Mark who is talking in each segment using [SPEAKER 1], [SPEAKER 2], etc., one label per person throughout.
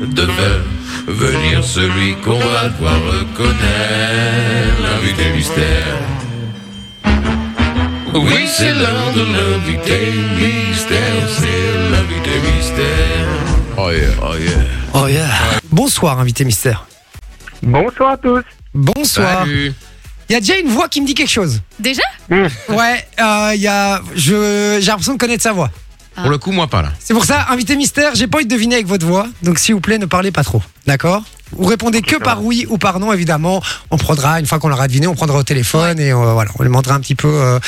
[SPEAKER 1] de faire venir celui qu'on va devoir reconnaître, l'invité mystère. Oui, c'est l'un de l'invité mystère, c'est l'invité mystère. Oh yeah, oh yeah.
[SPEAKER 2] Oh yeah. Bonsoir, invité mystère.
[SPEAKER 3] Bonsoir à tous.
[SPEAKER 2] Bonsoir.
[SPEAKER 1] Salut.
[SPEAKER 2] Il y a déjà une voix qui me dit quelque chose.
[SPEAKER 4] Déjà
[SPEAKER 2] Ouais, euh, il y a. je- J'ai l'impression de connaître sa voix.
[SPEAKER 1] Pour le coup, moi pas là.
[SPEAKER 2] C'est pour ça, invité mystère, j'ai pas envie de deviner avec votre voix. Donc, s'il vous plaît, ne parlez pas trop. D'accord Vous répondez que par oui ou par non, évidemment. On prendra, une fois qu'on l'aura deviné, on prendra au téléphone et euh, voilà, on lui demandera un petit peu euh,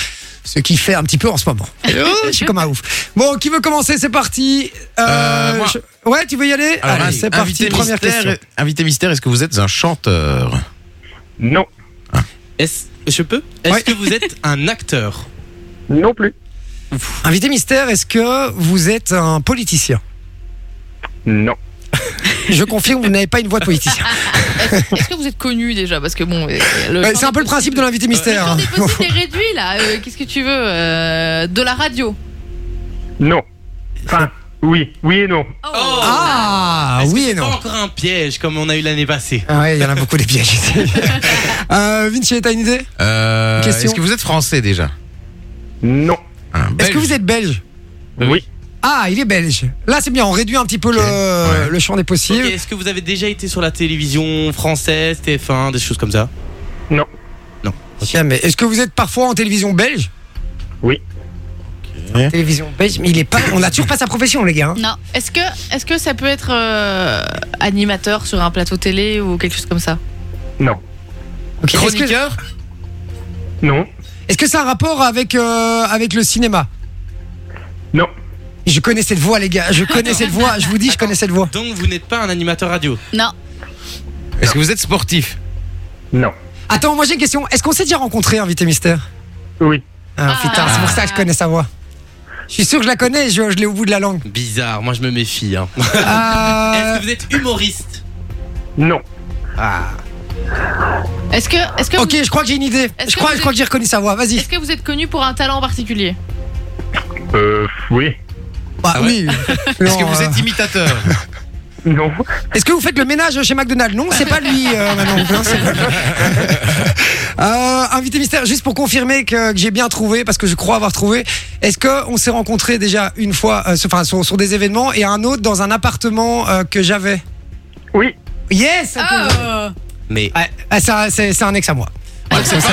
[SPEAKER 2] ce qu'il fait un petit peu en ce moment. Et, oh, je suis comme un ouf. Bon, qui veut commencer C'est parti. Euh,
[SPEAKER 1] Euh, moi.
[SPEAKER 2] je- Ouais, tu veux y aller
[SPEAKER 1] Alors,
[SPEAKER 2] Ah, Allez,
[SPEAKER 1] invi-
[SPEAKER 2] c'est parti.
[SPEAKER 1] invité
[SPEAKER 2] Première
[SPEAKER 1] mystère,
[SPEAKER 2] question.
[SPEAKER 1] Invité mystère, est-ce que vous êtes un chanteur
[SPEAKER 3] Non,
[SPEAKER 5] Est-ce, je peux Est-ce
[SPEAKER 2] Ouais.
[SPEAKER 5] que vous êtes un acteur
[SPEAKER 3] non plus.
[SPEAKER 2] Invité mystère, est-ce que vous êtes un politicien
[SPEAKER 3] Non,
[SPEAKER 2] Je confirme, vous n'avez pas une voix de politicien.
[SPEAKER 4] Est-ce est-ce que vous êtes connu déjà Parce que bon, euh, le
[SPEAKER 2] Ouais,
[SPEAKER 4] champ
[SPEAKER 2] c'est un peu
[SPEAKER 4] des
[SPEAKER 2] le principe de
[SPEAKER 4] possibles-
[SPEAKER 5] Euh,
[SPEAKER 2] l'invité mystère. hein.
[SPEAKER 4] Le champ des possibles est réduit là. Euh, Qu'est-ce que tu veux Euh, De la radio.
[SPEAKER 3] non. Enfin, oui, oui et non.
[SPEAKER 4] Oh.
[SPEAKER 2] Ah,
[SPEAKER 5] Est-ce que
[SPEAKER 2] oui
[SPEAKER 5] c'est
[SPEAKER 2] et non.
[SPEAKER 5] pas encore un piège comme on a eu l'année passée.
[SPEAKER 2] Ah ouais, il y en a beaucoup des pièges ici. euh, Vinci, t'as une idée
[SPEAKER 1] Euh,
[SPEAKER 2] Question.
[SPEAKER 1] Est-ce que vous êtes français déjà
[SPEAKER 3] Non,
[SPEAKER 1] Un
[SPEAKER 2] Est-ce
[SPEAKER 1] Belge
[SPEAKER 2] que vous êtes belge
[SPEAKER 3] oui,
[SPEAKER 2] Ah, il est belge. Là, c'est bien, on réduit un petit peu le,
[SPEAKER 1] ouais.
[SPEAKER 2] le champ des
[SPEAKER 5] Ok,
[SPEAKER 2] possibles.
[SPEAKER 5] est-ce que vous avez déjà été sur la télévision française, TF1, des choses comme ça
[SPEAKER 3] non,
[SPEAKER 2] Tiens, mais est-ce que vous êtes parfois en télévision belge
[SPEAKER 3] oui,
[SPEAKER 2] Télévision belge, mais il est pas. On n'a toujours pas sa profession, les gars. hein.
[SPEAKER 4] Non. Est-ce que, est-ce que ça peut être euh, animateur sur un plateau télé ou quelque chose comme ça
[SPEAKER 3] non,
[SPEAKER 2] Ok, Est-ce que
[SPEAKER 1] Chroniqueur
[SPEAKER 3] non,
[SPEAKER 2] est-ce que c'est un rapport avec euh, avec le cinéma
[SPEAKER 3] non,
[SPEAKER 2] Je connais cette voix, les gars. Je connais cette voix. Je vous dis, je connais cette voix.
[SPEAKER 5] Donc vous n'êtes pas un animateur radio.
[SPEAKER 4] Non.
[SPEAKER 1] Est-ce que vous êtes sportif
[SPEAKER 3] non,
[SPEAKER 2] Attends, moi j'ai une question. Est-ce qu'on s'est déjà rencontré, invité mystère
[SPEAKER 3] oui,
[SPEAKER 2] Ah,
[SPEAKER 4] Ah.
[SPEAKER 2] putain, c'est pour ça que je connais sa voix. Je suis sûr que je la connais. Je, je l'ai au bout de la langue.
[SPEAKER 5] Bizarre, moi je me méfie. hein.
[SPEAKER 2] Euh,
[SPEAKER 5] Est-ce
[SPEAKER 1] Ah.
[SPEAKER 5] que vous êtes humoriste
[SPEAKER 3] non,
[SPEAKER 4] Est-ce que, est-ce que,
[SPEAKER 2] Euh, Ok,
[SPEAKER 4] vous,
[SPEAKER 2] je crois que j'ai une idée.
[SPEAKER 4] Est-ce
[SPEAKER 2] Je
[SPEAKER 4] que
[SPEAKER 2] crois,
[SPEAKER 4] vous
[SPEAKER 2] je crois que j'ai reconnu sa voix. Vas-y.
[SPEAKER 4] est-ce que vous êtes connu pour un talent particulier
[SPEAKER 3] euh, oui,
[SPEAKER 2] Bah
[SPEAKER 1] Ah ouais.
[SPEAKER 2] oui.
[SPEAKER 1] Est-ce
[SPEAKER 2] Non,
[SPEAKER 1] que vous
[SPEAKER 2] euh,
[SPEAKER 1] êtes imitateur
[SPEAKER 3] non,
[SPEAKER 2] Est-ce que vous faites le ménage chez McDonald's Non, c'est pas lui. euh, maintenant. Non, c'est pas lui. Euh, invité mystère, juste pour confirmer que, que j'ai bien trouvé, parce que je crois avoir trouvé. Est-ce que on s'est rencontrés déjà une fois, euh, sur- enfin sur, sur des événements et un autre dans un appartement euh, que j'avais
[SPEAKER 3] oui,
[SPEAKER 2] Yes.
[SPEAKER 4] Ah,
[SPEAKER 5] Mais
[SPEAKER 2] Ouais, ah, ça, c'est c'est un ex à moi.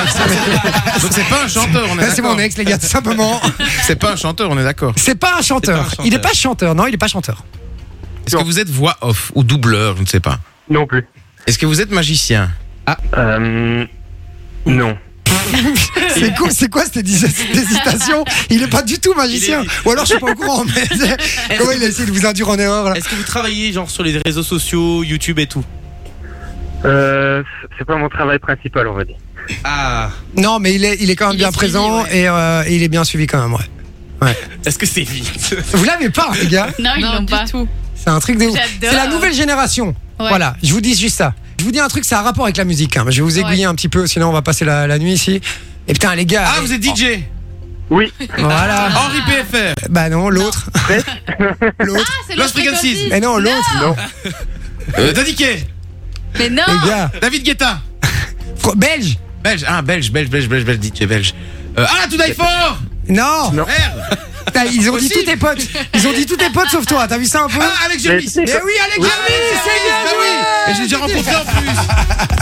[SPEAKER 1] Donc c'est pas un chanteur, on est
[SPEAKER 2] Ouais, c'est
[SPEAKER 1] d'accord.
[SPEAKER 2] mon ex, les gars, tout simplement.
[SPEAKER 1] C'est pas un chanteur, on est d'accord.
[SPEAKER 2] C'est pas un chanteur.
[SPEAKER 5] chanteur.
[SPEAKER 2] Il est pas chanteur, non, il est pas chanteur.
[SPEAKER 1] Est-ce que
[SPEAKER 3] Non.
[SPEAKER 1] vous êtes voix off ou doubleur, je ne sais pas.
[SPEAKER 3] non plus.
[SPEAKER 1] Est-ce que vous êtes magicien
[SPEAKER 3] Euh, non,
[SPEAKER 2] C'est quoi, c'est quoi cette hés- cette hésitation Il est pas du tout magicien.
[SPEAKER 5] Il est-
[SPEAKER 2] Ou alors je suis pas au courant. Mais comment il a essayé de vous induire en erreur là
[SPEAKER 5] est-ce que vous travaillez genre sur les réseaux sociaux, YouTube et tout
[SPEAKER 3] euh, c'est pas mon travail principal, on va dire.
[SPEAKER 5] Ah,
[SPEAKER 2] Non, mais il est, il est quand même
[SPEAKER 4] Il
[SPEAKER 2] bien
[SPEAKER 4] est suivi,
[SPEAKER 2] présent
[SPEAKER 4] ouais.
[SPEAKER 2] et, euh, et il est bien suivi quand même. Ouais.
[SPEAKER 5] est-ce que c'est vite
[SPEAKER 2] Vous l'avez pas, les gars
[SPEAKER 4] non, ils
[SPEAKER 6] Non,
[SPEAKER 4] l'ont
[SPEAKER 6] du
[SPEAKER 4] pas. Ah, Tout.
[SPEAKER 2] C'est un truc de ouf.
[SPEAKER 4] J'adore.
[SPEAKER 2] C'est la nouvelle génération.
[SPEAKER 4] Ouais.
[SPEAKER 2] Voilà, je vous dis juste ça. Je vous dis un truc, ça a rapport avec la musique. hein. Je vais vous aiguiller un petit peu, sinon on va passer la, la nuit ici. Et putain, les gars.
[SPEAKER 1] Ah, vous êtes DJ
[SPEAKER 3] Oui,
[SPEAKER 2] Voilà.
[SPEAKER 1] Henri PFR
[SPEAKER 2] Bah non, l'autre. l'autre.
[SPEAKER 4] Ah,
[SPEAKER 1] Lost
[SPEAKER 4] c'est Lost
[SPEAKER 1] Frequencies.
[SPEAKER 4] Frequencies.
[SPEAKER 2] Mais non, l'autre.
[SPEAKER 1] euh, Dadiquet
[SPEAKER 4] Mais non.
[SPEAKER 2] Les gars.
[SPEAKER 1] David Guetta
[SPEAKER 2] Fro- Belge
[SPEAKER 1] Belge, ah, belge, belge, belge, belge, belge, DJ belge. Euh, ah, tout die for
[SPEAKER 2] Non.
[SPEAKER 3] Non.
[SPEAKER 1] Merde
[SPEAKER 2] Putain, Ils ont dit
[SPEAKER 1] Possible.
[SPEAKER 2] tous tes potes. Ils ont dit tous tes potes sauf toi. T'as vu ça un peu
[SPEAKER 1] Ah, Alex Ah
[SPEAKER 3] Mais-
[SPEAKER 1] Jomis
[SPEAKER 2] Eh oui, Alex Germis, c'est bien
[SPEAKER 1] Bah oui Et je l'ai déjà
[SPEAKER 2] joué
[SPEAKER 1] rencontré en plus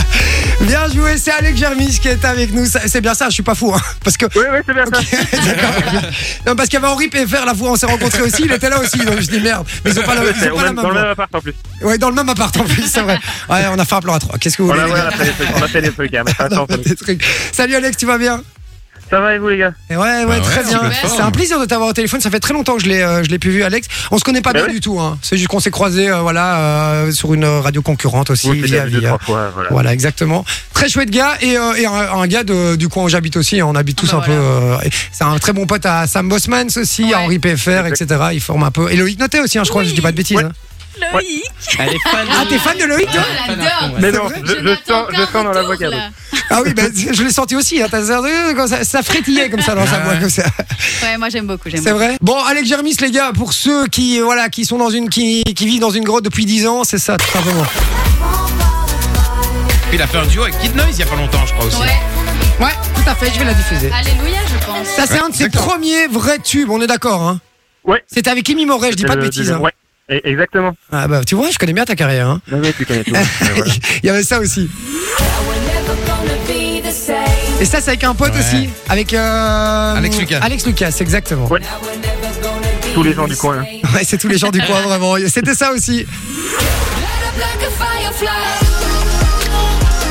[SPEAKER 2] Bien joué, c'est Alex Germis qui est avec nous. Ça- C'est bien ça, je suis pas fou. hein. parce que.
[SPEAKER 3] oui, oui, c'est bien ça.
[SPEAKER 2] D'accord. non, parce qu'il y avait Henri PFR la fois où on s'est rencontrés aussi, il était là aussi, donc je dis merde. Mais ils ont pas la, ils
[SPEAKER 3] C'est
[SPEAKER 2] ont
[SPEAKER 3] au
[SPEAKER 2] pas la
[SPEAKER 3] même-
[SPEAKER 2] même
[SPEAKER 3] dans le même
[SPEAKER 2] voix.
[SPEAKER 3] appart en plus.
[SPEAKER 2] Ouais, dans le même appart en plus, c'est vrai. Ouais, on a fait un plan à trois. Qu'est-ce que vous voulez les
[SPEAKER 3] Voilà,
[SPEAKER 2] gars
[SPEAKER 3] voilà, on a fait des trucs, on a fait des trucs, hein, mais ça,
[SPEAKER 2] On
[SPEAKER 3] attends,
[SPEAKER 2] a fait des trucs. Salut Alex, tu vas bien
[SPEAKER 3] ça va et vous les gars
[SPEAKER 2] Et Ouais, ouais,
[SPEAKER 1] ouais,
[SPEAKER 2] très
[SPEAKER 1] en
[SPEAKER 2] bien.
[SPEAKER 1] pleine forme.
[SPEAKER 2] C'est un plaisir de t'avoir au téléphone. Ça fait très longtemps que je l'ai, euh, je l'ai plus vu, Alex. On se connaît pas
[SPEAKER 3] Bah
[SPEAKER 2] bien
[SPEAKER 3] ouais.
[SPEAKER 2] du tout. Hein. C'est juste qu'on s'est croisés, euh, voilà, euh, sur une euh, radio concurrente aussi,
[SPEAKER 3] Oui, c'est
[SPEAKER 2] via
[SPEAKER 3] déjà deux,
[SPEAKER 2] via.
[SPEAKER 3] trois fois, voilà.
[SPEAKER 2] Voilà, exactement. Très chouette gars et, euh, et un, un gars de- du coin où j'habite aussi. hein. On habite tous
[SPEAKER 4] Ah bah
[SPEAKER 2] un peu. euh, c'est un très bon pote à Sam Bosman aussi, à
[SPEAKER 4] Ouais.
[SPEAKER 2] Henri PFR, etc. Ils forment un peu. Et Loïc Noté aussi, hein, je crois, je dis pas de bêtises. hein.
[SPEAKER 4] Loïc.
[SPEAKER 5] Elle est fan de.
[SPEAKER 2] Ah, t'es fan de Loïc, toi
[SPEAKER 5] Ouais,
[SPEAKER 4] Ah,
[SPEAKER 5] fan
[SPEAKER 4] j'adore.
[SPEAKER 5] à fond, ouais.
[SPEAKER 3] Mais
[SPEAKER 2] C'est
[SPEAKER 3] non,
[SPEAKER 2] vrai
[SPEAKER 3] je, je sens, je sens dans la voix Carlo.
[SPEAKER 4] là.
[SPEAKER 2] Ah oui, ben, je l'ai senti aussi. hein, t'as- ça, ça frétillait comme ça dans sa voix, comme ça.
[SPEAKER 6] Ouais, moi j'aime beaucoup. J'aime
[SPEAKER 2] C'est vrai. Bon, Alex Germis, les gars, pour ceux qui euh, voilà, qui sont dans une, qui, qui vivent dans une grotte depuis 10 ans, c'est ça, tout simplement.
[SPEAKER 1] Il a fait un duo avec Kid Noise il y a pas longtemps, je crois aussi.
[SPEAKER 6] Ouais,
[SPEAKER 2] Ouais, tout à fait. Je vais la diffuser.
[SPEAKER 6] Alléluia, je pense.
[SPEAKER 2] Ça, c'est un de ses premiers vrais tubes. On est d'accord, hein
[SPEAKER 3] Ouais.
[SPEAKER 2] C'était avec Kimi Moret, je dis pas de
[SPEAKER 3] Euh,
[SPEAKER 2] bêtises.
[SPEAKER 3] déjà-
[SPEAKER 2] hein.
[SPEAKER 3] Ouais, e- exactement.
[SPEAKER 2] Ah bah, tu vois, je connais bien ta carrière. Hein.
[SPEAKER 3] Ouais, ouais, tu connais tout.
[SPEAKER 2] Il y avait ça aussi. Et ça, c'est avec un pote
[SPEAKER 1] Ouais.
[SPEAKER 2] aussi, avec euh,
[SPEAKER 1] Alex Lucas.
[SPEAKER 2] Alex Lucas, exactement.
[SPEAKER 3] Ouais. Tous les gens du coin. hein.
[SPEAKER 2] Ouais, c'est tous les gens du coin, vraiment. C'était ça aussi.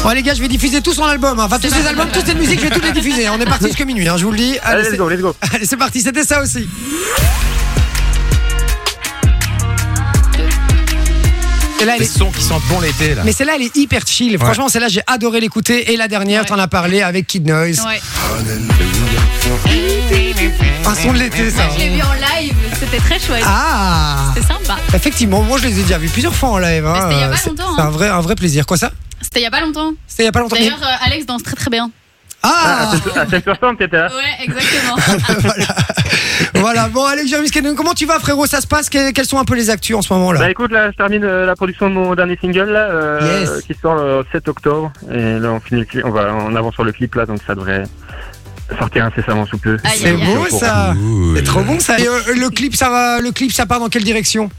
[SPEAKER 2] Bon, les gars, je vais diffuser tout son album. hein. Enfin, tous ses albums, toutes ses musiques, je vais toutes les diffuser. hein. On est parti jusque minuit, hein, je vous le dis. Allez,
[SPEAKER 3] Allez, let's
[SPEAKER 2] c'est-
[SPEAKER 3] go, let's go.
[SPEAKER 2] Allez, c'est parti, c'était ça aussi. Et là, elle
[SPEAKER 1] Les
[SPEAKER 2] est-
[SPEAKER 1] sons qui sentent bon l'été, là.
[SPEAKER 2] Mais celle-là, elle est hyper chill. Franchement, celle-là, j'ai adoré l'écouter. Et la dernière,
[SPEAKER 6] Ouais.
[SPEAKER 2] t'en as parlé avec Kid Noise.
[SPEAKER 6] Ouais,
[SPEAKER 2] Un son de l'été, ça.
[SPEAKER 6] je l'ai vu en live, c'était très chouette.
[SPEAKER 2] Ah
[SPEAKER 6] C'était sympa.
[SPEAKER 2] Effectivement, moi, je les ai déjà vus plusieurs fois en live. hein.
[SPEAKER 6] Mais c'était il y a pas
[SPEAKER 2] C'est-
[SPEAKER 6] longtemps,
[SPEAKER 2] C'est
[SPEAKER 6] hein.
[SPEAKER 2] un vrai, un vrai plaisir. Quoi ça
[SPEAKER 6] C'était il y a pas longtemps.
[SPEAKER 2] C'était il y a pas longtemps.
[SPEAKER 6] D'ailleurs, euh, Alex danse très très bien.
[SPEAKER 2] Ah
[SPEAKER 3] À 7h30, t'étais là.
[SPEAKER 6] Ouais, exactement.
[SPEAKER 2] Voilà, bon, Alex Jermis, comment tu vas, frérot Ça se passe Que- Quelles sont un peu les actus en ce moment là
[SPEAKER 3] Bah écoute, là, je termine euh, la production de mon dernier single, là, euh,
[SPEAKER 2] Yes.
[SPEAKER 3] qui sort le 7 octobre. Et là, on finit le clip, on va en avance sur le clip, là, donc ça devrait sortir incessamment sous peu.
[SPEAKER 6] Aïe,
[SPEAKER 2] C'est
[SPEAKER 6] aïe, aïe.
[SPEAKER 2] beau ça C'est trop bon ça Et euh, le, clip, ça va, le clip, ça part dans quelle direction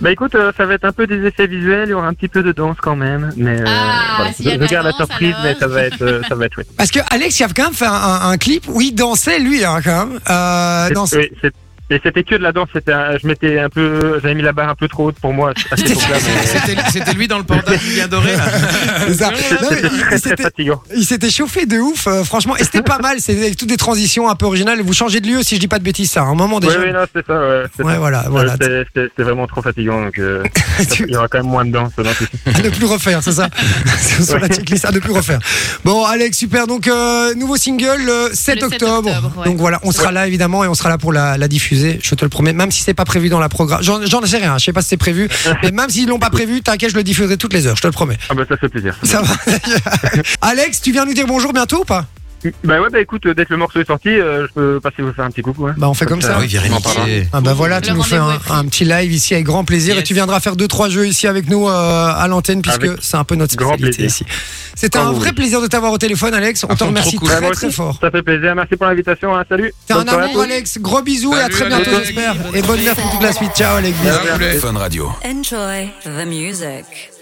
[SPEAKER 3] Bah écoute, euh, ça va être un peu des effets visuels, il y aura un petit peu de danse quand même, mais euh,
[SPEAKER 6] Ah,
[SPEAKER 3] voilà.
[SPEAKER 6] s'il y a
[SPEAKER 3] je,
[SPEAKER 6] de la
[SPEAKER 3] je garde la
[SPEAKER 6] danse,
[SPEAKER 3] surprise,
[SPEAKER 6] alors.
[SPEAKER 3] mais ça va être, euh, ça va être chouette.
[SPEAKER 2] Parce que Alex, il y a quand même fait un, un- un clip où il dansait lui, hein, quand même. Euh, dans-
[SPEAKER 3] C'est- oui, c'est- et c'était que de la danse, c'était, un- je m'étais un peu, j'avais mis la barre un peu trop haute pour moi à cette époque-là, mais
[SPEAKER 1] C'était c'était lui dans le panda du bien doré, là.
[SPEAKER 2] c'est ça. Non, mais il- il
[SPEAKER 3] très très
[SPEAKER 2] s'était-
[SPEAKER 3] fatigant.
[SPEAKER 2] il s'était chauffé de ouf, euh, franchement. Et c'était pas mal, c'était toutes des transitions un peu originales. Vous changez de lieu, si je dis pas de bêtises, ça, à un moment
[SPEAKER 3] Oui,
[SPEAKER 2] déjà.
[SPEAKER 3] oui, non, c'est ça, ouais, c'est
[SPEAKER 2] ouais,
[SPEAKER 3] ça.
[SPEAKER 2] voilà, voilà.
[SPEAKER 3] Euh, c'était- C'était c'était vraiment trop fatigant, donc euh,
[SPEAKER 2] Tu-
[SPEAKER 3] il y aura quand même moins de danse. dans tout ça.
[SPEAKER 2] à ne plus refaire, c'est ça Sur la
[SPEAKER 3] Ouais.
[SPEAKER 2] checklist, à ne plus refaire. Bon, Alex, super. Donc, euh, nouveau single le 7
[SPEAKER 6] 7
[SPEAKER 2] octobre.
[SPEAKER 6] octobre, ouais.
[SPEAKER 2] Donc voilà, on sera là évidemment et on sera là pour la, la diffuser, je te le promets. Même si c'est pas prévu dans la programme. J'en j'en sais rien, je sais pas si c'est prévu. mais même s'ils l'ont pas prévu, t'inquiète, je le diffuserai toutes les heures, je te le promets.
[SPEAKER 3] Ah bah ça fait plaisir.
[SPEAKER 2] Ça va Alex, tu viens nous dire bonjour bientôt ou pas
[SPEAKER 3] Bah ouais, bah écoute, euh, dès que le morceau est sorti, euh, je peux passer vous faire un petit coucou. Hein.
[SPEAKER 2] Bah, on fait comme ça.
[SPEAKER 1] Ah oui, viens
[SPEAKER 3] On en parlera.
[SPEAKER 1] remixer.
[SPEAKER 2] Ah bah voilà,
[SPEAKER 6] Le
[SPEAKER 2] tu nous fais un,
[SPEAKER 6] rendez-vous est pris.
[SPEAKER 2] un petit live ici avec grand plaisir
[SPEAKER 5] Yes.
[SPEAKER 2] et tu viendras faire deux trois jeux ici avec nous euh, à l'antenne puisque
[SPEAKER 3] Avec
[SPEAKER 2] c'est un peu notre
[SPEAKER 3] grand
[SPEAKER 2] spécialité
[SPEAKER 3] plaisir.
[SPEAKER 2] ici. C'était
[SPEAKER 3] Quand
[SPEAKER 2] un
[SPEAKER 3] vous
[SPEAKER 2] vrai
[SPEAKER 3] voulez.
[SPEAKER 2] plaisir de t'avoir au téléphone Alex, on
[SPEAKER 1] Un
[SPEAKER 2] te
[SPEAKER 1] son
[SPEAKER 2] remercie
[SPEAKER 1] trop cool.
[SPEAKER 2] très
[SPEAKER 3] Ouais, Bah, moi
[SPEAKER 2] très
[SPEAKER 3] aussi.
[SPEAKER 2] fort.
[SPEAKER 3] Ça fait plaisir, merci pour l'invitation, hein, salut.
[SPEAKER 2] T'es un
[SPEAKER 3] Bonne soirée à
[SPEAKER 2] amour
[SPEAKER 3] tous.
[SPEAKER 2] Alex, gros bisous et à
[SPEAKER 1] Salut,
[SPEAKER 2] très bientôt
[SPEAKER 1] Alex.
[SPEAKER 2] Ah, j'espère. Et bonne mère pour toute la suite, ciao Alex. bisous.
[SPEAKER 1] Fun Radio.
[SPEAKER 7] Enjoy the music.